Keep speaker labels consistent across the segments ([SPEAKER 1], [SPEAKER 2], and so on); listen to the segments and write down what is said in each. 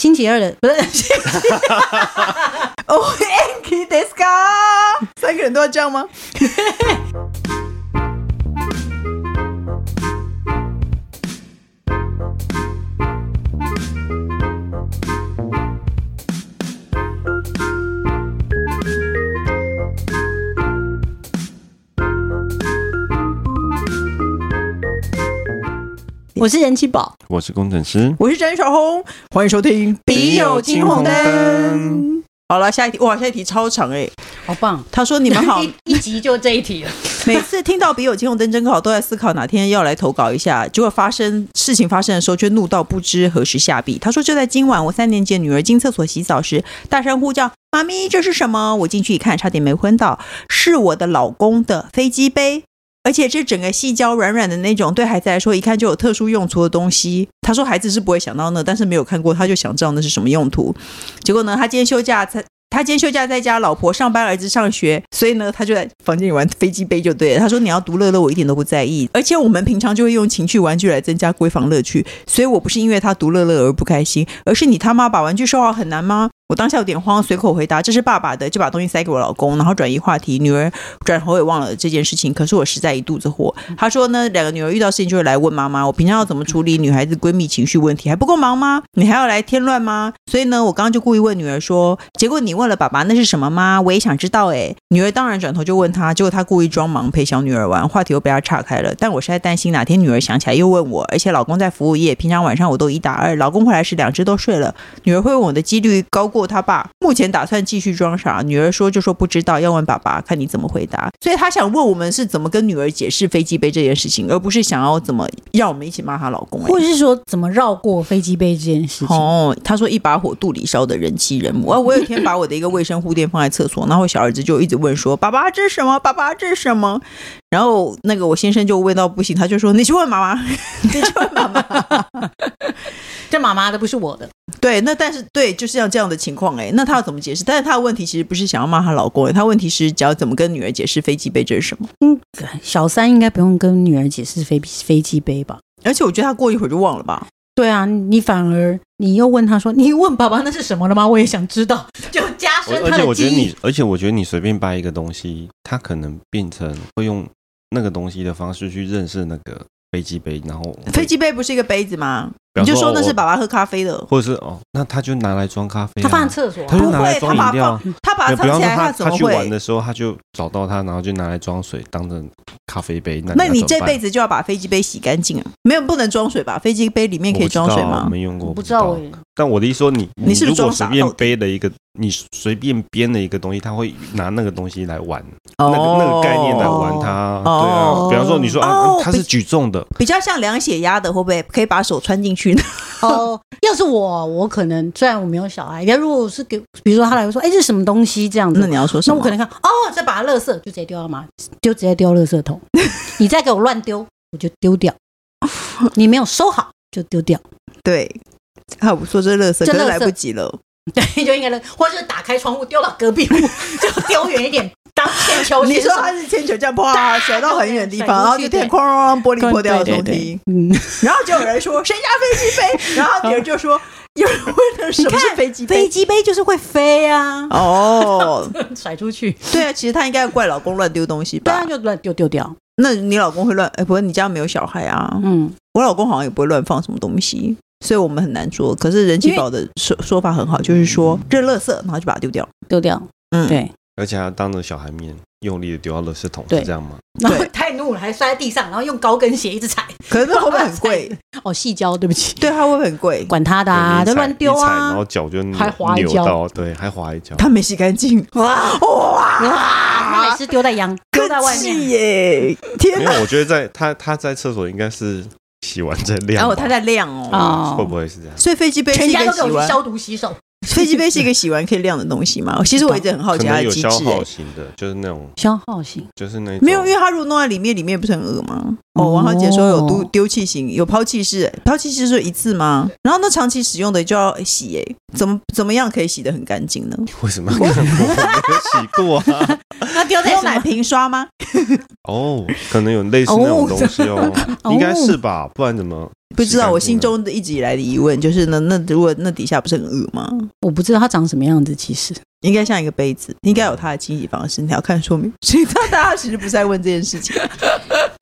[SPEAKER 1] 星期二的不是星期 哦，Anki d e s c a 三个人都要这样吗？我是人气宝，
[SPEAKER 2] 我是工程师。
[SPEAKER 1] 我是詹小红，欢迎收听《
[SPEAKER 2] 笔友青红灯》。
[SPEAKER 1] 好了，下一题哇，下一题超长哎、
[SPEAKER 3] 好棒！
[SPEAKER 1] 他说：“你们 好，
[SPEAKER 3] 一一集就这一题了，
[SPEAKER 1] 每次听到‘笔友青红灯’真好，都在思考哪天要来投稿一下。结果发生事情发生的时候，却怒到不知何时下笔。他说：‘就在今晚，我三年级的女儿进厕所洗澡时，大声呼叫‘妈咪，这是什么？’我进去一看，差点没昏倒，是我的老公的飞机杯。”而且这整个细胶软软的那种，对孩子来说一看就有特殊用途的东西。他说孩子是不会想到那，但是没有看过他就想知道那是什么用途。结果呢，他今天休假才。他今天休假在家，老婆上班，儿子上学，所以呢，他就在房间里玩飞机杯就对了。他说：“你要独乐乐，我一点都不在意。而且我们平常就会用情趣玩具来增加闺房乐趣，所以我不是因为他独乐乐而不开心，而是你他妈把玩具收好很难吗？”我当下有点慌，随口回答：“这是爸爸的。”就把东西塞给我老公，然后转移话题。女儿转头也忘了这件事情，可是我实在一肚子火。他说呢，两个女儿遇到事情就会来问妈妈，我平常要怎么处理女孩子闺蜜情绪问题？还不够忙吗？你还要来添乱吗？所以呢，我刚刚就故意问女儿说，结果你问了爸爸那是什么吗？我也想知道诶、女儿当然转头就问他，结果他故意装忙陪小女儿玩，话题又被他岔开了。但我实在担心哪天女儿想起来又问我，而且老公在服务业，平常晚上我都一打二，老公回来时两只都睡了，女儿会问我的几率高过他爸。目前打算继续装傻，女儿说就说不知道，要问爸爸看你怎么回答。所以他想问我们是怎么跟女儿解释飞机杯这件事情，而不是想要怎么让我们一起骂她老公、欸。
[SPEAKER 3] 或者是说怎么绕过飞机杯这件事情？
[SPEAKER 1] 哦，他说一把火肚里烧的人妻人母。啊，我有一天把我的一个卫生护垫放在厕所，然后小儿子就一直问说：“爸爸这是什么？爸爸这是什么？”然后那个我先生就问到不行，他就说：“你去问妈妈，你去问妈妈。
[SPEAKER 3] 这妈妈的不是我的，”
[SPEAKER 1] 对，那但是对，就是要这样的情况哎、那他要怎么解释？但是他的问题其实不是想要骂她老公、欸，他问题是只要怎么跟女儿解释飞机杯这是什么。
[SPEAKER 3] 小三应该不用跟女儿解释飞飞机杯吧？
[SPEAKER 1] 而且我觉得他过一会儿就忘了吧。
[SPEAKER 3] 对啊，你反而你又问他说：“你问爸爸那是什么了吗？”我也想知道，就加
[SPEAKER 2] 我
[SPEAKER 3] 深
[SPEAKER 2] 而
[SPEAKER 3] 他
[SPEAKER 2] 且我
[SPEAKER 3] 的
[SPEAKER 2] 觉
[SPEAKER 3] 记
[SPEAKER 2] 得
[SPEAKER 3] 忆
[SPEAKER 2] 你。，而且我觉得你随便掰一个东西，它可能变成会用那个东西的方式去认识那个飞机杯，然后
[SPEAKER 1] 飞机杯不是一个杯子吗？
[SPEAKER 2] 比
[SPEAKER 1] 你
[SPEAKER 2] 方
[SPEAKER 1] 就说那
[SPEAKER 2] 哦
[SPEAKER 1] 是
[SPEAKER 2] 我
[SPEAKER 1] 爸爸喝咖啡的。
[SPEAKER 2] 或者是哦，那他就拿来装咖啡、啊，
[SPEAKER 3] 他放在厕所啊、
[SPEAKER 2] 他就拿来
[SPEAKER 1] 不
[SPEAKER 2] 装
[SPEAKER 1] 会他
[SPEAKER 2] 饮料。
[SPEAKER 1] 他把它
[SPEAKER 2] 嗯
[SPEAKER 1] 藏
[SPEAKER 2] 比方
[SPEAKER 1] 起
[SPEAKER 2] 说
[SPEAKER 1] 来，
[SPEAKER 2] 他
[SPEAKER 1] 怎么
[SPEAKER 2] 去玩
[SPEAKER 1] 会？
[SPEAKER 2] 的时候，他就找到它，然后就拿来装水当成咖啡杯。那
[SPEAKER 1] 那你这辈
[SPEAKER 2] 子
[SPEAKER 1] 子就要把飞机杯洗干净啊！没有不能装水吧？飞机杯里面可以装水吗？
[SPEAKER 2] 没用过，
[SPEAKER 3] 我
[SPEAKER 2] 我
[SPEAKER 3] 不
[SPEAKER 2] 不
[SPEAKER 3] 知道哎、
[SPEAKER 2] 但我的意思说你，
[SPEAKER 1] 你是不
[SPEAKER 2] 如
[SPEAKER 1] 是装
[SPEAKER 2] 果
[SPEAKER 1] 傻
[SPEAKER 2] 随
[SPEAKER 1] 到
[SPEAKER 2] 便
[SPEAKER 1] 底
[SPEAKER 2] 背了一个，你随便编了一个东西，他会拿那个东西来玩，
[SPEAKER 1] 哦
[SPEAKER 2] 那个那个概念来玩它。
[SPEAKER 1] 哦
[SPEAKER 2] 对啊，比方说你说
[SPEAKER 1] 哦
[SPEAKER 2] 啊，它
[SPEAKER 1] 比
[SPEAKER 2] 是举重的，
[SPEAKER 1] 比较像量血压的，会不会可以把手穿进去呢？
[SPEAKER 3] 哦，要是我，我可能虽然我没有小孩，但如果是给，比如说他来说：“哎、这是什么东西？”这样子，
[SPEAKER 1] 那你要说什
[SPEAKER 3] 那
[SPEAKER 1] 么？
[SPEAKER 3] 我可能看哦，再把它垃圾就直接丢到嘛，就直接丢垃圾 桶。你再给我乱丢，我就丢掉。你没有收好就丢掉，
[SPEAKER 1] 对，还不错，这乐色，
[SPEAKER 3] 这
[SPEAKER 1] 可是
[SPEAKER 3] 垃圾
[SPEAKER 1] 来不及了。
[SPEAKER 3] 对，就应该扔，或者是打开窗户丢到隔壁屋， 就丢远一点，当铅球
[SPEAKER 1] 你
[SPEAKER 3] 先
[SPEAKER 1] 说
[SPEAKER 3] 生。
[SPEAKER 1] 他是铅球这样啪甩到很远的地方，
[SPEAKER 3] 对
[SPEAKER 1] 然后就天哐哐哐玻璃破掉了
[SPEAKER 3] 对
[SPEAKER 1] 抽
[SPEAKER 3] 对对
[SPEAKER 1] 屉，
[SPEAKER 3] 嗯，
[SPEAKER 1] 然后就有人说谁家飞机杯，然后别人就 说有人问了什么是飞机
[SPEAKER 3] 飞
[SPEAKER 1] 杯？
[SPEAKER 3] 机杯就是会飞啊，
[SPEAKER 1] 哦，
[SPEAKER 3] 甩出去，
[SPEAKER 1] 对啊，其实他应该怪老公乱丢东西
[SPEAKER 3] 对
[SPEAKER 1] 吧
[SPEAKER 3] 啊，？就乱丢丢掉。
[SPEAKER 1] 那你老公会乱？哎，不过你家没有小孩啊？
[SPEAKER 3] 嗯，
[SPEAKER 1] 我老公好像也不会乱放什么东西，所以我们很难说。可是人气宝的说说法很好，就是说
[SPEAKER 3] 嗯
[SPEAKER 1] 这垃圾，然后就把它丢掉。
[SPEAKER 3] 丢掉。
[SPEAKER 1] 嗯，
[SPEAKER 3] 对，
[SPEAKER 2] 而且还当着小孩面用力的丢到垃圾桶，
[SPEAKER 3] 对
[SPEAKER 2] 是这样吗？
[SPEAKER 3] 然后
[SPEAKER 1] 对
[SPEAKER 3] 太怒了，还摔在地上，然后用高跟鞋一直踩。
[SPEAKER 1] 可是那会不会很贵？
[SPEAKER 3] 哦，细胶，对不起，
[SPEAKER 1] 对，它会不会很贵？
[SPEAKER 3] 管他的啊，
[SPEAKER 2] 你
[SPEAKER 3] 就
[SPEAKER 2] 踩
[SPEAKER 3] 乱丢
[SPEAKER 2] 一踩然
[SPEAKER 3] 啊
[SPEAKER 2] 后。脚就扭
[SPEAKER 3] 还滑一
[SPEAKER 2] 扭
[SPEAKER 3] 跤
[SPEAKER 2] 到，对，还滑一跤。
[SPEAKER 1] 它没洗干净，
[SPEAKER 3] 哇哇！啊他每次丢在 阳，丢在
[SPEAKER 1] 更
[SPEAKER 3] 外面。
[SPEAKER 1] 气耶！天
[SPEAKER 2] 因
[SPEAKER 1] 哪！
[SPEAKER 2] 为我觉得在他他在厕所应该是洗完再晾吧，
[SPEAKER 1] 哦在哦晾
[SPEAKER 3] 啊
[SPEAKER 2] 哦会不会是这样？
[SPEAKER 1] 所以飞机杯是
[SPEAKER 3] 全
[SPEAKER 1] 一
[SPEAKER 3] 家
[SPEAKER 1] 个
[SPEAKER 3] 都给
[SPEAKER 1] 洗
[SPEAKER 3] 我去
[SPEAKER 1] 完，
[SPEAKER 3] 消毒洗手。
[SPEAKER 1] 飞机杯是一个洗完可以晾的东西吗？其实我一直很好
[SPEAKER 2] 可
[SPEAKER 1] 奇它
[SPEAKER 2] 能
[SPEAKER 1] 的
[SPEAKER 2] 有
[SPEAKER 1] 机
[SPEAKER 2] 消
[SPEAKER 1] 制
[SPEAKER 2] 耗
[SPEAKER 1] 耶。
[SPEAKER 2] 型的，就是那种，
[SPEAKER 3] 消耗型，
[SPEAKER 2] 就是那种
[SPEAKER 1] 没有，因为它如果弄在里面，里面不是很恶吗？哦，
[SPEAKER 3] 哦
[SPEAKER 1] 王浩杰说有丢丢弃型，有抛弃式，抛弃式是一次吗？然后那长期使用的就要洗耶，怎么怎么样可以洗得很干净呢？
[SPEAKER 2] 为什么要看我？我没有洗过啊。
[SPEAKER 3] 那丢在
[SPEAKER 1] 用
[SPEAKER 3] 什
[SPEAKER 1] 奶
[SPEAKER 3] 么？
[SPEAKER 1] 瓶刷吗？
[SPEAKER 2] 哦，可能有类似那种东西哦，
[SPEAKER 3] 哦
[SPEAKER 2] 应该是吧，不然怎么
[SPEAKER 1] 不知道，我心
[SPEAKER 2] 洗干净
[SPEAKER 1] 中的一直以来的疑问就是呢，那如果那底下不是很恶吗？
[SPEAKER 3] 我不知道它长什么样子，其实
[SPEAKER 1] 应该像一个杯子，应该有它的清洗方式。你要看说明，所以他大家其实不是在问这 件事情。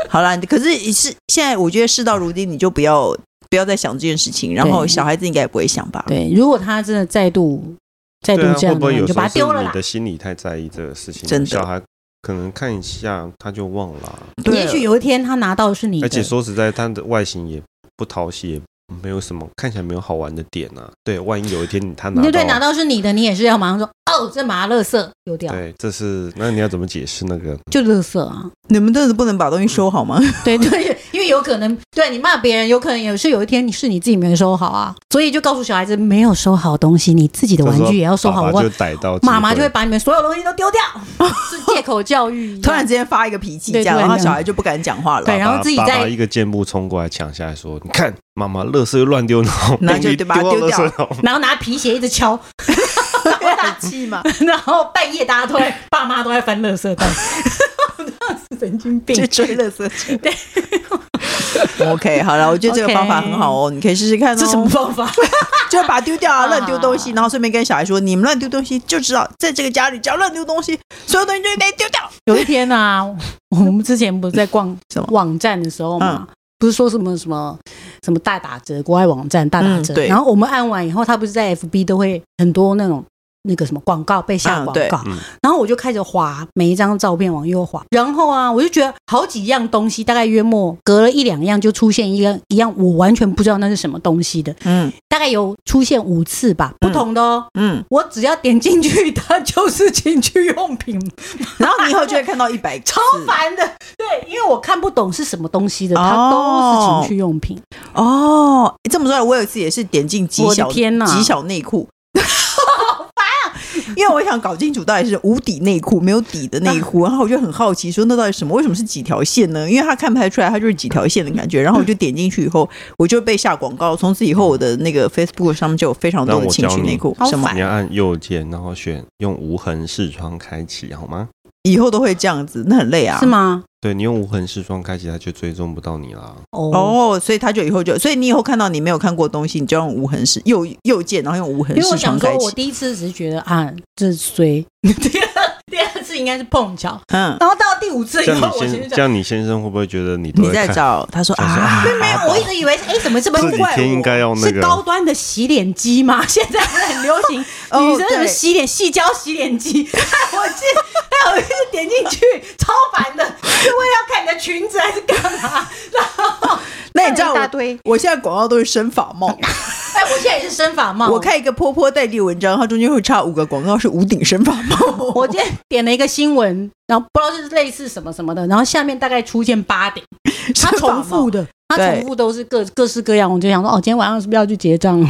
[SPEAKER 1] 好啦，可是是现在我觉得事到如今，你就不要不要再想这件事情，然后
[SPEAKER 3] 对
[SPEAKER 1] 小孩子应该也不会想吧？
[SPEAKER 3] 对。如果它真的再度再度
[SPEAKER 2] 啊对啊，
[SPEAKER 3] 哎这
[SPEAKER 2] 会
[SPEAKER 3] 样的
[SPEAKER 2] 不
[SPEAKER 3] 话，
[SPEAKER 2] 会有
[SPEAKER 3] 你就
[SPEAKER 2] 时
[SPEAKER 3] 把
[SPEAKER 2] 候
[SPEAKER 3] 它丢了
[SPEAKER 2] 是你
[SPEAKER 3] 啦。
[SPEAKER 2] 的心里太在意这个事情，
[SPEAKER 1] 真的
[SPEAKER 2] 小孩可能看一下他就忘了啊、
[SPEAKER 1] 对
[SPEAKER 3] 也许有一天他拿到的是你的，
[SPEAKER 2] 而且说实在，它的外形也不讨喜，也没有什么看起来没有好玩的点啊。对，万一有一天你他拿
[SPEAKER 3] 你对
[SPEAKER 2] 到，
[SPEAKER 3] 对拿到是你的，你也是要马上说哦，这麻垃圾丢掉，
[SPEAKER 2] 对，这是那你要怎么解释那个？
[SPEAKER 3] 就垃圾 啊。
[SPEAKER 1] 你们真的不能把东西收好吗？
[SPEAKER 3] 对对，因为有可能对你骂别人，有可能也是有一天你是你自己没收好啊，所以就告诉小孩子没有收好东西，你自己的 玩具也要收好，
[SPEAKER 2] 爸
[SPEAKER 3] 我
[SPEAKER 2] 爸就逮到机会
[SPEAKER 3] 妈妈就会把你们所有东西都 丢掉，是借口教育一样。
[SPEAKER 1] 突然之间发一个脾气，这
[SPEAKER 3] 对
[SPEAKER 1] 样，
[SPEAKER 3] 突
[SPEAKER 1] 然
[SPEAKER 3] 然
[SPEAKER 1] 后
[SPEAKER 3] 这
[SPEAKER 1] 小
[SPEAKER 3] 样
[SPEAKER 1] 孩就不敢讲话了。
[SPEAKER 3] 对然后
[SPEAKER 2] 爸
[SPEAKER 3] 自己
[SPEAKER 2] 爸爸
[SPEAKER 3] 在
[SPEAKER 2] 一个箭步冲过来抢下来说：“你看，妈妈，垃圾又乱丢，然后
[SPEAKER 1] 那就
[SPEAKER 2] 被你
[SPEAKER 1] 对把它
[SPEAKER 2] 到
[SPEAKER 1] 丢
[SPEAKER 2] 垃圾
[SPEAKER 1] 掉
[SPEAKER 2] 桶
[SPEAKER 3] 然后拿皮鞋一直敲，
[SPEAKER 1] 大气嘛，
[SPEAKER 3] 然后半夜大家都在爸妈都在翻垃圾袋， 是神经病
[SPEAKER 1] 就。追乐 色去。OK，好了，我觉得这个
[SPEAKER 3] OK
[SPEAKER 1] 方法很好哦，你可以试试看哦。
[SPEAKER 3] 这什么方法？
[SPEAKER 1] 就把它丢掉啊，
[SPEAKER 3] 啊
[SPEAKER 1] 乱丢东西，然后顺便跟小孩说，你们乱丢东西就知道，在这个家里只要乱丢东西，所有东西就被丢掉。
[SPEAKER 3] 有一天啊， 我们之前不是在逛
[SPEAKER 1] 什么嗯
[SPEAKER 3] 网站的时候嘛，不是说什么什么什么大打折，国外网站大打折，
[SPEAKER 1] 嗯对
[SPEAKER 3] 然后我们按完以后，他不是在 FB 都会很多那种。那个什么广告被下
[SPEAKER 1] 嗯
[SPEAKER 3] 广
[SPEAKER 1] 对
[SPEAKER 3] 告，
[SPEAKER 2] 嗯
[SPEAKER 3] 然后我就开始滑每一张照片往右滑，然后啊，我就觉得好几样东西，大概约莫隔了一两样就出现一个一样我完全不知道那是什么东西的，
[SPEAKER 1] 嗯
[SPEAKER 3] 大概有出现五次吧，不同的 哦。
[SPEAKER 1] 嗯，
[SPEAKER 3] 我只要点进去，它就是情趣用品，
[SPEAKER 1] 然后你以后就会看到一百
[SPEAKER 3] 超烦的。对，因为我看不懂是什么东西的，它
[SPEAKER 1] 哦
[SPEAKER 3] 都是情趣用品。
[SPEAKER 1] 哦。这么说来，我有一次也是点进极
[SPEAKER 3] 我
[SPEAKER 1] 小
[SPEAKER 3] 的天哪
[SPEAKER 1] 极小内裤。 好烦啊！因为我想搞清楚到底是无底内裤没有底的 内裤，然后我就很好奇说那到底什么？为什么是几条线呢？因为他看不太出来，它就是几条线的 感觉。然后我就点进去以后，我就被下广告，从此以后我的那个 Facebook 上面就有非常多
[SPEAKER 2] 让
[SPEAKER 1] 的
[SPEAKER 2] 我
[SPEAKER 1] 情
[SPEAKER 2] 教
[SPEAKER 1] 趣
[SPEAKER 2] 你
[SPEAKER 1] 内裤，
[SPEAKER 3] 好
[SPEAKER 1] 什么
[SPEAKER 3] 烦
[SPEAKER 2] 你要按右键，然后选用无痕视窗开启，好吗？
[SPEAKER 1] 以后都会这样子，那很累啊。
[SPEAKER 3] 是？吗？
[SPEAKER 2] 对你用无痕视窗开启，它就追踪不到你啦。
[SPEAKER 3] 哦，
[SPEAKER 1] 哦，所以他就以后就，所以你以后看到你没有看过的东西，你就用无痕式右右键，然后用无痕
[SPEAKER 3] 因为我
[SPEAKER 1] 式
[SPEAKER 3] 想说
[SPEAKER 1] 窗开，
[SPEAKER 3] 我
[SPEAKER 1] 启。
[SPEAKER 3] 第一次只是觉得啊，这衰。第二 第二次应该是碰巧，
[SPEAKER 1] 嗯，
[SPEAKER 3] 然后到第五次以
[SPEAKER 2] 这样
[SPEAKER 3] 后，
[SPEAKER 2] 你
[SPEAKER 3] 哎我其实
[SPEAKER 2] 先，
[SPEAKER 3] 就
[SPEAKER 2] 这样你先生会不会觉得你都
[SPEAKER 1] 你在
[SPEAKER 2] 看
[SPEAKER 1] 找他说
[SPEAKER 2] 想说
[SPEAKER 1] 啊
[SPEAKER 2] 啊，
[SPEAKER 3] 没有，我一直以为是哎，怎么这么
[SPEAKER 2] 自己
[SPEAKER 3] 怪
[SPEAKER 2] 贴应该
[SPEAKER 3] 我？
[SPEAKER 2] 要那
[SPEAKER 3] 是
[SPEAKER 2] 个
[SPEAKER 3] 高端的洗脸机吗？ 现在不是很流 行
[SPEAKER 1] 哦
[SPEAKER 3] 女生什么
[SPEAKER 1] 对
[SPEAKER 3] 洗脸细胶洗脸机？ 害我记，害我一直点进去，超烦的，是为了要看你的裙子还是干嘛？然后
[SPEAKER 1] 那你知道
[SPEAKER 3] 一大
[SPEAKER 1] 我
[SPEAKER 3] 堆。
[SPEAKER 1] 我现在广告都是生发 帽，
[SPEAKER 3] 哎，我现在也是生发帽。
[SPEAKER 1] 我，看一个坡坡代地文章，它中间会插五个广告是无顶生发 帽。
[SPEAKER 3] 我今天点了一个新闻，然后不知道是类似什么什么的，然后下面大概出现八 点，它
[SPEAKER 1] 生发帽
[SPEAKER 3] 重复的，它
[SPEAKER 1] 对
[SPEAKER 3] 重复都是各各式各样。我就想说，哦，今天晚上是不是要去结 账？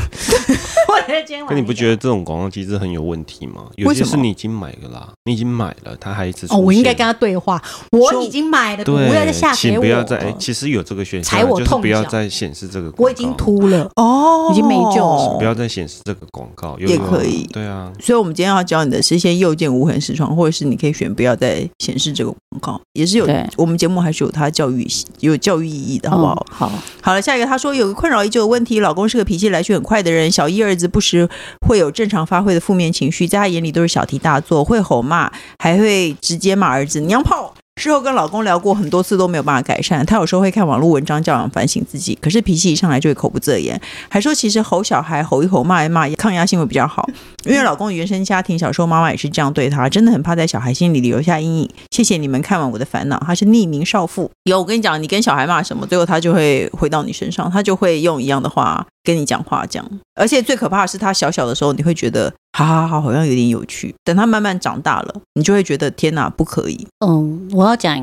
[SPEAKER 3] 我觉得今天晚
[SPEAKER 2] 可
[SPEAKER 3] 上
[SPEAKER 2] 你不觉得这种广告机制很有问题吗？有
[SPEAKER 1] 为
[SPEAKER 2] 些
[SPEAKER 1] 什
[SPEAKER 2] 是
[SPEAKER 1] 么
[SPEAKER 2] 你已经买了啦，你已经买了，他还一直
[SPEAKER 3] 哦，我应该
[SPEAKER 2] 出现
[SPEAKER 3] 跟他对话，我
[SPEAKER 1] 说
[SPEAKER 3] 已经买了，不
[SPEAKER 2] 对，
[SPEAKER 3] 要再下
[SPEAKER 2] 请
[SPEAKER 3] 给我
[SPEAKER 2] 不要
[SPEAKER 3] 了，
[SPEAKER 2] 再哎，其实有这个选项啊
[SPEAKER 3] 踩，我
[SPEAKER 2] 就是
[SPEAKER 3] 痛
[SPEAKER 2] 不要
[SPEAKER 3] 脚
[SPEAKER 2] 再显示这个广告，
[SPEAKER 3] 我已经秃了。
[SPEAKER 1] 哦
[SPEAKER 3] 已经没救了
[SPEAKER 2] 不要再显示这个广告，有
[SPEAKER 1] 也
[SPEAKER 2] 一个
[SPEAKER 1] 可以
[SPEAKER 2] 对啊，
[SPEAKER 1] 所以，我们今天要教你的是先右键无痕视窗，或者是你可以选不要再显示这个广告，也是有
[SPEAKER 3] 对
[SPEAKER 1] 我们节目还是有它教育有教育意义的，好不好？
[SPEAKER 3] 嗯好，
[SPEAKER 1] 好了，下一个他说有个困扰已久的问题，老公是个脾气来去很快的人，小一儿子不时会有正常发挥的负面情绪，在他眼里都是小题大做，会吼骂，还会直接骂儿子娘炮。事后跟老公聊过很多次都没有办法改善，他有时候会看网络文章教养反省自己，可是脾气一上来就会口不择言，还说其实吼小孩吼一吼骂一骂抗压性会比较好，因为老公的原生家庭小时候妈妈也是这样对他，真的很怕在小孩心里留下阴影。谢谢你们看完我的烦恼，他是匿名少妇。有我跟你讲，你跟小孩骂什么，最后他就会回到你身上，他就会用一样的话跟你讲话，这样。而且最可怕的是，他小小的时候你会觉得好好好，好像有点有趣。等他慢慢长大了，你就会觉得天哪，不可以。
[SPEAKER 3] 嗯，我要讲，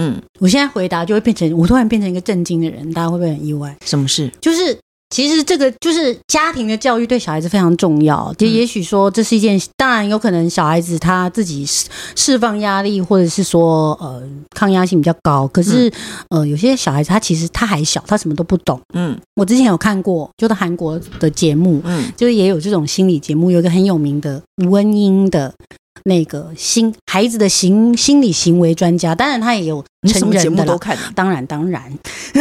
[SPEAKER 1] 嗯，
[SPEAKER 3] 我现在回答就会变成，我突然变成一个震惊的人，大家会不会很意外？
[SPEAKER 1] 什么事？
[SPEAKER 3] 就是其实这个就是家庭的教育对小孩子非常重要。就
[SPEAKER 1] 嗯
[SPEAKER 3] 也许说这是一件，当然有可能小孩子他自己释释放压力，或者是说呃抗压性比较高。可是、呃有些小孩子他其实他还小，他什么都不懂。
[SPEAKER 1] 嗯
[SPEAKER 3] 我之前有看过，就是韩国的节目，
[SPEAKER 1] 嗯
[SPEAKER 3] 就是也有这种心理节目，有一个很有名的吴恩英的那个心孩子的行心理行为专家，当然他也有
[SPEAKER 1] 你什
[SPEAKER 3] 成
[SPEAKER 1] 么节
[SPEAKER 3] 人
[SPEAKER 1] 目
[SPEAKER 3] 的啦
[SPEAKER 1] 都看啊？
[SPEAKER 3] 当然，当然。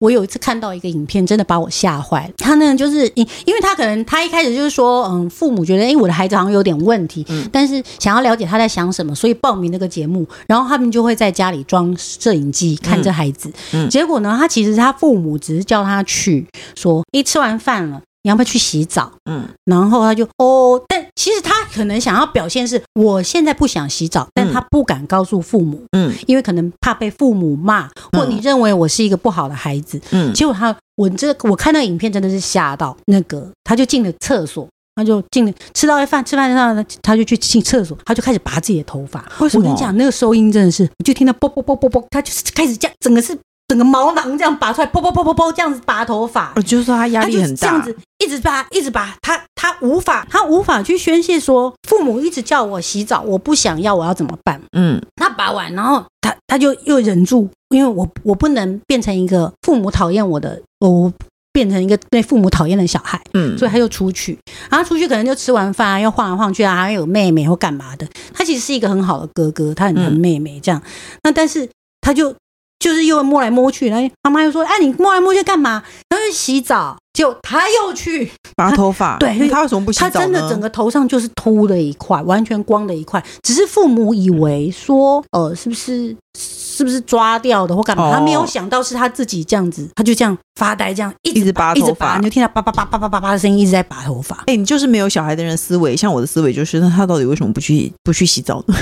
[SPEAKER 3] 我有一次看到一个影片，真的把我吓坏了。他呢，就是因因为他可能他一开始就是说，嗯，父母觉得，哎、我的孩子好像有点问题，
[SPEAKER 1] 嗯
[SPEAKER 3] 但是想要了解他在想什么，所以报名那个节目，然后他们就会在家里装摄影机看着孩子。
[SPEAKER 1] 嗯
[SPEAKER 3] 结果呢，他其实他父母只是叫他去说，哎、吃完饭了，你要不要去洗澡？
[SPEAKER 1] 嗯
[SPEAKER 3] 然后他就哦，但其实他可能想要表现是，我现在不想洗澡，但
[SPEAKER 1] 嗯
[SPEAKER 3] 他不敢告诉父母。
[SPEAKER 1] 嗯
[SPEAKER 3] 因为可能怕被父母骂，或
[SPEAKER 1] 嗯
[SPEAKER 3] 你认为我是一个不好的孩子。
[SPEAKER 1] 嗯，
[SPEAKER 3] 结果他，我这我看到影片真的是吓到，那个他就进了厕所，他就进了吃到一饭，吃饭上他就去进厕所，他就开始拔自己的头发。
[SPEAKER 1] 为什
[SPEAKER 3] 我跟
[SPEAKER 1] 么
[SPEAKER 3] 你？讲，那个收音真的是，我就听到啵啵啵啵啵，他就是开始这样，整个是整个毛囊这样拔出来，啵啵啵啵啵这样子拔头发。
[SPEAKER 1] 我就是说他压
[SPEAKER 3] 他就
[SPEAKER 1] 力
[SPEAKER 3] 是
[SPEAKER 1] 很
[SPEAKER 3] 这样
[SPEAKER 1] 大，
[SPEAKER 3] 子一直拔，一直拔，他他无法，他无法去宣泄说，父母一直叫我洗澡，我不想要，我要怎么办？
[SPEAKER 1] 嗯
[SPEAKER 3] 他拔完，然后他他就又忍住，因为我我不能变成一个父母讨厌我的，我变成一个对父母讨厌的小孩，
[SPEAKER 1] 嗯，
[SPEAKER 3] 所以他就出去。然后出去可能就吃完饭啊，又晃来晃去啊，还有妹妹或干嘛的。他其实是一个很好的哥哥，他很疼
[SPEAKER 1] 嗯
[SPEAKER 3] 妹妹这样。那但是他就就是又摸来摸去，然后妈妈又说：“哎，你摸来摸去干嘛？”然后就洗澡，结果他又去，
[SPEAKER 1] 拔头发，
[SPEAKER 3] 对
[SPEAKER 1] 那他为什么不洗
[SPEAKER 3] 他
[SPEAKER 1] 澡
[SPEAKER 3] 真的
[SPEAKER 1] 呢
[SPEAKER 3] 整个头上就是秃的一块，完全光的一块。只是父母以为说，呃，是不是是不是抓掉的或干嘛？
[SPEAKER 1] 哦
[SPEAKER 3] 他没有想到是他自己这样子，他就这样发呆，这样一
[SPEAKER 1] 一
[SPEAKER 3] 直
[SPEAKER 1] 直拔
[SPEAKER 3] 一直
[SPEAKER 1] 头
[SPEAKER 3] 拔，
[SPEAKER 1] 发
[SPEAKER 3] 你。就听到叭叭叭叭叭叭叭的声音一直在拔头发。
[SPEAKER 1] 哎、你就是没有小孩的人思维，像我的思维就是，那他到底为什么不去不去洗澡呢？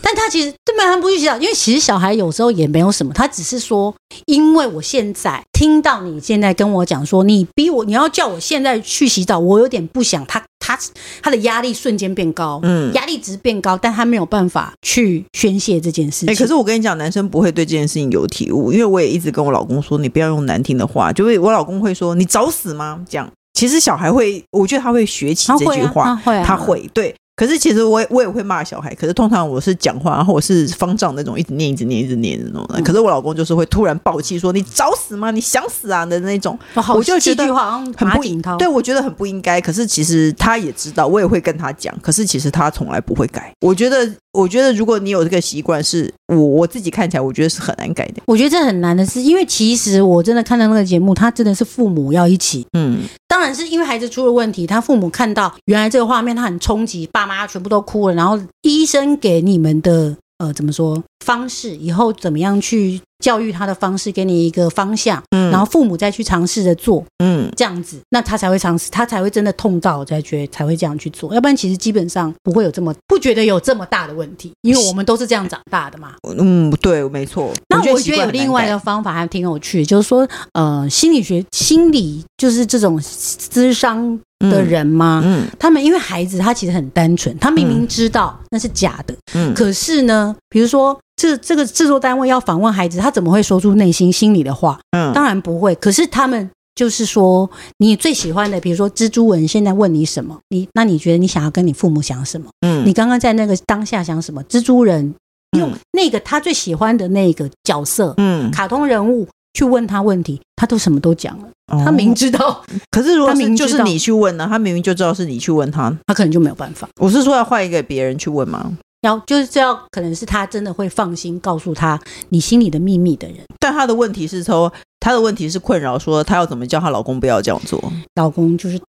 [SPEAKER 3] 但他其实根本他不去洗澡，因为其实小孩有时候也没有什么，他只是说，因为我现在听到你现在跟我讲说，你逼我，你要叫我现在去洗澡，我有点不想。他他他的压力瞬间变高，
[SPEAKER 1] 嗯，
[SPEAKER 3] 压力值变高，但他没有办法去宣泄这件事情。
[SPEAKER 1] 哎、可是我跟你讲，男生不会对这件事情有体悟，因为我也一直跟我老公说，你不要用难听的话，就会我老公会说你找死吗？这样，其实小孩会，我觉得他会学起
[SPEAKER 3] 他
[SPEAKER 1] 这
[SPEAKER 3] 会
[SPEAKER 1] 句
[SPEAKER 3] 啊
[SPEAKER 1] 话，
[SPEAKER 3] 他会啊
[SPEAKER 1] 他会对。可是其实我也我也会骂小孩，可是通常我是讲话，然后我是方丈那种，一直念一直念一直念的那种
[SPEAKER 3] 嗯
[SPEAKER 1] 人。可是我老公就是会突然暴气说：“你找死吗？你想死啊”的那种。
[SPEAKER 3] 我哦好
[SPEAKER 1] 我就
[SPEAKER 3] 戏
[SPEAKER 1] 觉得
[SPEAKER 3] 剧化，好像
[SPEAKER 1] 很
[SPEAKER 3] 马
[SPEAKER 1] 不应
[SPEAKER 3] 景涛
[SPEAKER 1] 对，我觉得很不应该。可是其实他也知道，我也会跟他讲。可是其实他从来不会改。我觉得，我觉得如果你有这个习惯，是我我自己看起来，我觉得是很难改的。
[SPEAKER 3] 我觉得这很难的是，因为其实我真的看到那个节目，他真的是父母要一起。
[SPEAKER 1] 嗯
[SPEAKER 3] 当然是因为孩子出了问题，他父母看到原来这个画面，他很冲击，爸妈全部都哭了。然后医生给你们的呃怎么说方式，以后怎么样去教育他的方式，给你一个方向，
[SPEAKER 1] 嗯
[SPEAKER 3] 然后父母再去尝试着做
[SPEAKER 1] 嗯，
[SPEAKER 3] 这样子，那他才会尝试，他才会真的痛到才觉得才会这样去做。要不然其实基本上不会有这么不觉得有这么大的问题，因为我们都是这样长大的嘛。
[SPEAKER 1] 嗯，对，没错。
[SPEAKER 3] 那我
[SPEAKER 1] 习
[SPEAKER 3] 觉得有
[SPEAKER 1] 惯很难
[SPEAKER 3] 另外一
[SPEAKER 1] 改
[SPEAKER 3] 个方法还挺有趣，就是说，呃，心理学、心理就是这种咨商的，人吗？
[SPEAKER 1] 嗯嗯
[SPEAKER 3] 他们因为孩子他其实很单纯，他明明
[SPEAKER 1] 嗯
[SPEAKER 3] 知道那是假的，
[SPEAKER 1] 嗯，
[SPEAKER 3] 可是呢，比如说这这个制作单位要访问孩子，他怎么会说出内心心里的话？
[SPEAKER 1] 嗯
[SPEAKER 3] 当然不会。可是他们就是说，你最喜欢的，比如说蜘蛛人现在问你什么，你那你觉得你想要跟你父母想什么？
[SPEAKER 1] 嗯
[SPEAKER 3] 你刚刚在那个当下想什么？蜘蛛人用
[SPEAKER 1] 嗯
[SPEAKER 3] 那个他最喜欢的那个角色、
[SPEAKER 1] 嗯，
[SPEAKER 3] 卡通人物去问他问题，他都什么都讲了。他
[SPEAKER 1] 哦
[SPEAKER 3] 明。知道，
[SPEAKER 1] 可是如果
[SPEAKER 3] 他
[SPEAKER 1] 是
[SPEAKER 3] 明
[SPEAKER 1] 就
[SPEAKER 3] 知
[SPEAKER 1] 是
[SPEAKER 3] 道
[SPEAKER 1] 你去问呢，他明明就知道是你去问他。
[SPEAKER 3] 他可能就没有办法。
[SPEAKER 1] 我是说要换一个别人去问吗？
[SPEAKER 3] 要就是这要，可能是他真的会放心告诉他你心里的秘密的人，
[SPEAKER 1] 但他的问题是说，他的问题是困扰，说他要怎么叫她老公不要这样做。
[SPEAKER 3] 老公就是 就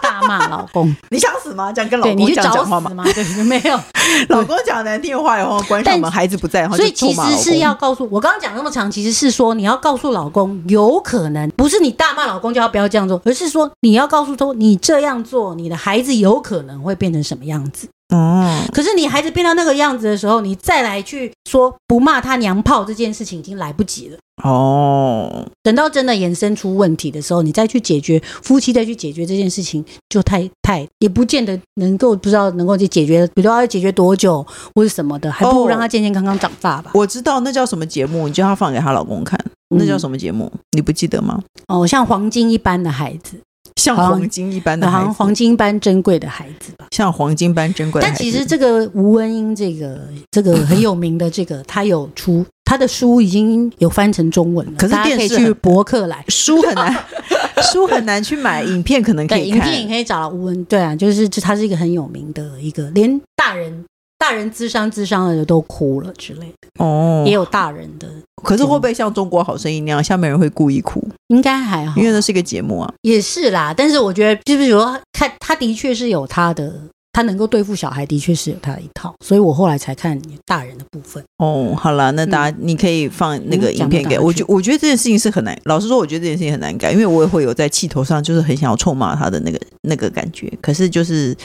[SPEAKER 3] 大骂老公，
[SPEAKER 1] 你想死吗？这样跟老
[SPEAKER 3] 对
[SPEAKER 1] 公
[SPEAKER 3] 你去
[SPEAKER 1] 这样
[SPEAKER 3] 找
[SPEAKER 1] 讲
[SPEAKER 3] 死
[SPEAKER 1] 话吗？
[SPEAKER 3] 吗？对，没有，
[SPEAKER 1] 老公讲难听的话以后，关上
[SPEAKER 3] 但
[SPEAKER 1] 门，孩子不在， 然后
[SPEAKER 3] 所以
[SPEAKER 1] 就
[SPEAKER 3] 其
[SPEAKER 1] 臭骂
[SPEAKER 3] 实
[SPEAKER 1] 老
[SPEAKER 3] 是
[SPEAKER 1] 公
[SPEAKER 3] 要告诉我刚刚讲那么长，其实是说你要告诉老公，有可能不是你大骂老公就要不要这样做，而是说你要告诉他，你这样做，你的孩子有可能会变成什么样子。
[SPEAKER 1] 哦，
[SPEAKER 3] 可是你孩子变到那个样子的时候，你再来去说不骂他娘炮这件事情已经来不及了。
[SPEAKER 1] 哦，
[SPEAKER 3] 等到真的衍生出问题的时候，你再去解决夫妻再去解决这件事情，就太太也不见得能够不知道能够去解决，比如说要解决多久或者什么的，还不如
[SPEAKER 1] 哦
[SPEAKER 3] 让他健健康康长大吧。
[SPEAKER 1] 我知道那叫什么节目，你叫她放给她老公看，那叫什么节目？你不记得吗？
[SPEAKER 3] 嗯哦，像黄金一般的孩子，啊
[SPEAKER 1] 像
[SPEAKER 3] 好像
[SPEAKER 1] 黄金一般的
[SPEAKER 3] 好
[SPEAKER 1] 孩
[SPEAKER 3] 像
[SPEAKER 1] 子，
[SPEAKER 3] 黄金一般珍贵的孩子吧。
[SPEAKER 1] 像黄金般珍贵的孩
[SPEAKER 3] 但
[SPEAKER 1] 子。
[SPEAKER 3] 其实这个吴文英，这个这个很有名的这个，他有出他的书已经有翻成中文了，
[SPEAKER 1] 可是
[SPEAKER 3] 大家可以
[SPEAKER 1] 电视很
[SPEAKER 3] 去博客来。
[SPEAKER 1] 书很难，书很难去买，影片可能可
[SPEAKER 3] 对，
[SPEAKER 1] 以
[SPEAKER 3] 影
[SPEAKER 1] 看。
[SPEAKER 3] 片也可以找到吴文，对啊，就是这，他是一个很有名的一个，连大人大人智商智商的都哭了之类的，
[SPEAKER 1] 哦
[SPEAKER 3] 也，有大人的，
[SPEAKER 1] 可是会不会像《中国好声音》那样，下面人会故意哭？
[SPEAKER 3] 应该还好
[SPEAKER 1] 因，为那是一个节目啊。
[SPEAKER 3] 也是啦。但是我觉得，就是说，看他的确是有他的，他能够对付小孩，的确是有他的一套，所以我后来才看大人的部分。
[SPEAKER 1] 哦，好了，那大家、你可以放那个
[SPEAKER 3] 嗯
[SPEAKER 1] 影片给
[SPEAKER 3] 讲到哪
[SPEAKER 1] 我，
[SPEAKER 3] 去
[SPEAKER 1] 觉我觉得这件事情是很难。老实说，我觉得这件事情很难改，因为我也会有在气头上，就是很想要臭骂他的那个那个感觉。可是就是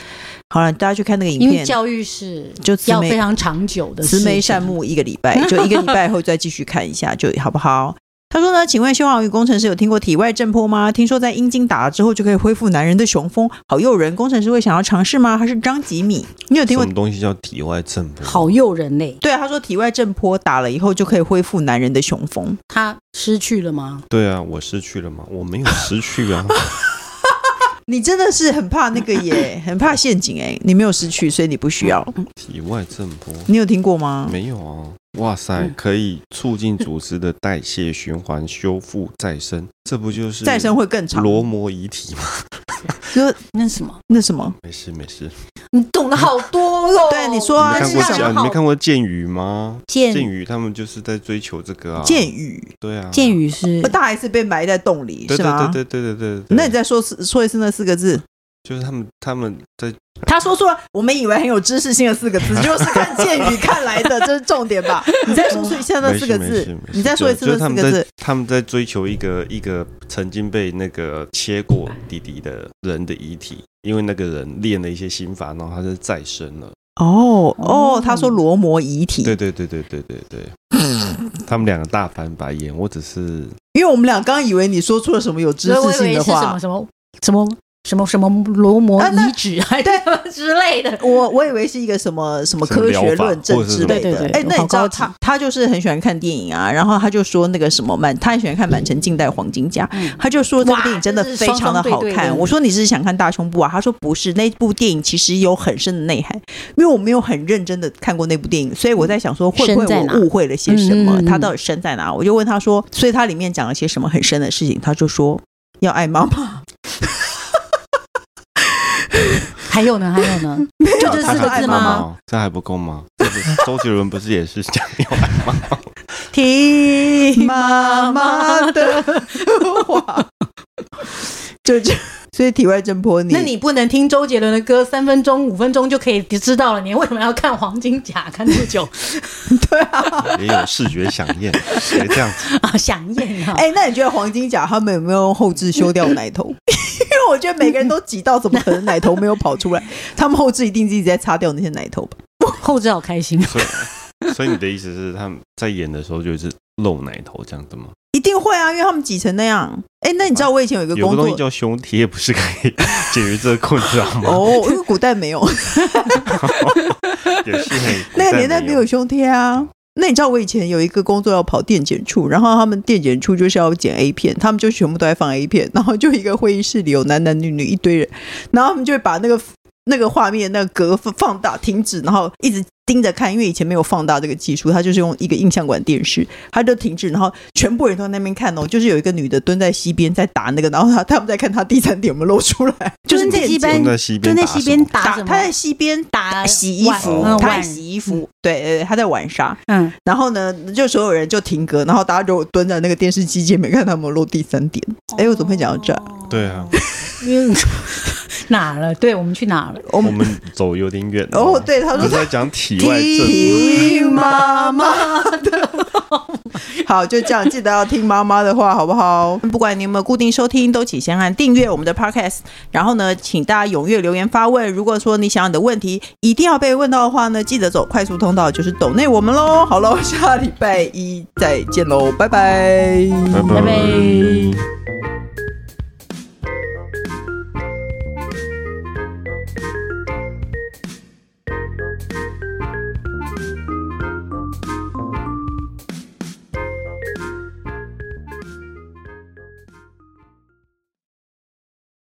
[SPEAKER 1] 好了，大家去看那个影
[SPEAKER 3] 因为
[SPEAKER 1] 片，
[SPEAKER 3] 教育是
[SPEAKER 1] 就慈
[SPEAKER 3] 要
[SPEAKER 1] 眉
[SPEAKER 3] 非常长久的事情，
[SPEAKER 1] 慈眉善目一个礼拜，就一个礼拜后再继续看一下，就好不好？他说呢，请问修航宇工程师有听过体外震波吗？听说在阴茎打了之后就可以恢复男人的雄风，好诱人。工程师会想要尝试吗？还是张吉米？你有听过
[SPEAKER 2] 什么？东西叫体外震波？
[SPEAKER 3] 好诱人嘞、
[SPEAKER 1] 对啊，他说体外震波打了以后就可以恢复男人的雄风。
[SPEAKER 3] 他失去了吗？
[SPEAKER 2] 对啊，我失去了吗？我没有失 去啊，
[SPEAKER 1] 你真的是很怕那个耶，很怕陷阱哎。你没有失去，所以你不需要。
[SPEAKER 3] 嗯
[SPEAKER 2] 体外震波
[SPEAKER 1] 你有听过吗？
[SPEAKER 2] 没有啊。哇塞，
[SPEAKER 3] 嗯
[SPEAKER 2] 可以促进组织的代谢、循环、修复、再生，这不就是
[SPEAKER 1] 再生会更长。
[SPEAKER 2] 罗摩遗体吗？
[SPEAKER 1] 就
[SPEAKER 3] 那什么？
[SPEAKER 1] 那什么，
[SPEAKER 2] 没事没事，
[SPEAKER 3] 你懂得好多哦。
[SPEAKER 1] 对你说啊
[SPEAKER 2] 你没看
[SPEAKER 1] 是
[SPEAKER 2] 过
[SPEAKER 1] 啊
[SPEAKER 2] 剑
[SPEAKER 1] 讲
[SPEAKER 2] 你没看过剑鱼吗？
[SPEAKER 3] 剑
[SPEAKER 2] 剑鱼他们就是在追求这个啊。
[SPEAKER 1] 剑雨，
[SPEAKER 2] 对啊，
[SPEAKER 3] 剑鱼是
[SPEAKER 1] 大 S 被埋在洞里
[SPEAKER 2] 对
[SPEAKER 1] 是
[SPEAKER 2] 对
[SPEAKER 1] 吗？
[SPEAKER 2] 对对对对对对。
[SPEAKER 1] 那你再说四说一次那四个字。
[SPEAKER 2] 就是他们他们在
[SPEAKER 1] 他说出了我们以为很有知识性的四个字，就是 看剑语看来的，这是重点吧？你再说一下那
[SPEAKER 2] 没
[SPEAKER 1] 四
[SPEAKER 2] 事
[SPEAKER 1] 个
[SPEAKER 2] 没
[SPEAKER 1] 字
[SPEAKER 2] 事没，事
[SPEAKER 1] 你再说一次那
[SPEAKER 2] 就是他
[SPEAKER 1] 四
[SPEAKER 2] 们
[SPEAKER 1] 个
[SPEAKER 2] 在
[SPEAKER 1] 字。
[SPEAKER 2] 他们在追求一个一个曾经被那个切过弟弟的人的遗体，因为那个人练了一些心法，然后他就再生了。
[SPEAKER 1] 哦哦
[SPEAKER 3] 哦，
[SPEAKER 1] 他说罗摩遗体，
[SPEAKER 2] 对对对对对对 对，他们两个大翻白眼，我只是
[SPEAKER 1] 因为我们俩刚以为你说出了什么有知
[SPEAKER 3] 所以我
[SPEAKER 1] 识
[SPEAKER 3] 以
[SPEAKER 1] 性
[SPEAKER 3] 为
[SPEAKER 1] 的
[SPEAKER 3] 是什
[SPEAKER 1] 话
[SPEAKER 3] 么。什么什么什么什么罗摩
[SPEAKER 1] 啊那
[SPEAKER 3] 遗址还是什么之类 的。
[SPEAKER 1] 我我以为是一个什么什么
[SPEAKER 2] 什么
[SPEAKER 1] 科学
[SPEAKER 2] 疗法
[SPEAKER 1] 论证
[SPEAKER 2] 或者是
[SPEAKER 1] 之类
[SPEAKER 3] 什
[SPEAKER 1] 的
[SPEAKER 3] 么，
[SPEAKER 1] 哎
[SPEAKER 3] 对对，对
[SPEAKER 1] 那你
[SPEAKER 3] 好
[SPEAKER 1] 知道
[SPEAKER 3] 高级
[SPEAKER 1] 他他就是很喜欢看电影啊，然后他就说那个什么满，他很喜欢看满城尽带黄金甲，
[SPEAKER 3] 嗯
[SPEAKER 1] 他就说这部
[SPEAKER 3] 哇
[SPEAKER 1] 电影真的
[SPEAKER 3] 这是
[SPEAKER 1] 非常的
[SPEAKER 3] 双
[SPEAKER 1] 好
[SPEAKER 3] 方
[SPEAKER 1] 看。
[SPEAKER 3] 对对的
[SPEAKER 1] 我说你是想看大胸部啊？他说不是，那部电影其实有很深的内涵，因为我没有很认真的看过那部电影，所以我在想说会不
[SPEAKER 3] 深
[SPEAKER 1] 会
[SPEAKER 3] 在哪
[SPEAKER 1] 我误会了些什么？
[SPEAKER 3] 嗯嗯嗯
[SPEAKER 1] 他到底深在哪？我就问他说，所以他里面讲了些什么很深的事情？他就说要爱妈妈，
[SPEAKER 3] 还有呢，还有 呢，就这
[SPEAKER 1] 他
[SPEAKER 3] 四
[SPEAKER 1] 说
[SPEAKER 3] 个
[SPEAKER 1] 爱
[SPEAKER 3] 字
[SPEAKER 1] 妈
[SPEAKER 3] 吗？
[SPEAKER 2] 吗？这还不够吗？这不是周杰伦不是也是讲要爱吗？
[SPEAKER 1] 听妈妈的话， 就 这。所以体外震波你，
[SPEAKER 3] 那你不能听周杰伦的歌，三分钟、五分钟就可以知道了。你为什么要看黄金甲看这么久
[SPEAKER 1] 对 啊，
[SPEAKER 2] 也有视觉响 应，谁这样子？
[SPEAKER 3] 啊？想念啊！
[SPEAKER 1] 哎、那你觉得黄金甲他们有没有用后置修掉奶 头？因为我觉得每个人都挤到，怎么可能奶头没有跑 出来？他们后置一定自己在擦掉那些奶头吧？
[SPEAKER 3] 后置好开心，
[SPEAKER 2] 所以所以你的意思是他们在演的时候就是露奶头这样子吗？
[SPEAKER 1] 一定会啊，因为他们挤成那样。哎、那你知道我以前有一个
[SPEAKER 2] 啊有
[SPEAKER 1] 工
[SPEAKER 2] 个东西
[SPEAKER 1] 作
[SPEAKER 2] 叫胸贴，不是可以 解决这个啊困扰吗？
[SPEAKER 1] 哦，因为古代没有，
[SPEAKER 2] 也是很古
[SPEAKER 1] 那个年代没
[SPEAKER 2] 没
[SPEAKER 1] 有胸贴啊。那你知道我以前有一个工作要跑电检处，然后他们电检处就是要剪 A 片，他们就全部都在放 A 片， 然后就一个会议室里有男男女女一堆人，然后他们就会把那个那个画面那个格放放大停止，然后一直盯着看，因为以前没有放大这个技术，他就是用一个印象馆电视，他就停止，然后全部人都在那边看哦，就是有一个女的蹲在溪边在打那个，然后他他们在看她第三点有没有露出来， 就是
[SPEAKER 3] 蹲在
[SPEAKER 1] 电
[SPEAKER 3] 溪
[SPEAKER 1] 检
[SPEAKER 3] 边
[SPEAKER 2] 蹲在溪边
[SPEAKER 3] 蹲在
[SPEAKER 2] 打
[SPEAKER 3] 溪
[SPEAKER 2] 什
[SPEAKER 3] 边
[SPEAKER 2] 么
[SPEAKER 3] 打什
[SPEAKER 1] 他在
[SPEAKER 3] 么？
[SPEAKER 1] 溪边
[SPEAKER 3] 打
[SPEAKER 1] 洗衣服，
[SPEAKER 2] 碗
[SPEAKER 1] 他在
[SPEAKER 3] 碗
[SPEAKER 1] 洗衣服，对，呃他在晚上，
[SPEAKER 3] 嗯，
[SPEAKER 1] 然后呢，就所有人就停格，然后大家就蹲在那个电视机前面看他们露第三点。哎，我怎么会讲到这儿？
[SPEAKER 2] 对啊，
[SPEAKER 3] 因为哪了？对我们去哪了？
[SPEAKER 1] 我
[SPEAKER 2] 我们走有点远
[SPEAKER 1] 哦，对，他
[SPEAKER 2] 我们
[SPEAKER 1] 说
[SPEAKER 2] 在讲体外症。
[SPEAKER 1] 听妈 妈的。好，就这样，记得要听妈妈的话，好不好？不管你有没有固定收听，都请先按订阅我们的 podcast。然后呢，请大家踊跃留言发问。如果说你想你的问题一定要被问到的话呢，记得走快速通道，就是抖内我们喽。 好喽，下礼拜一再见喽，拜拜
[SPEAKER 2] 拜
[SPEAKER 3] 拜拜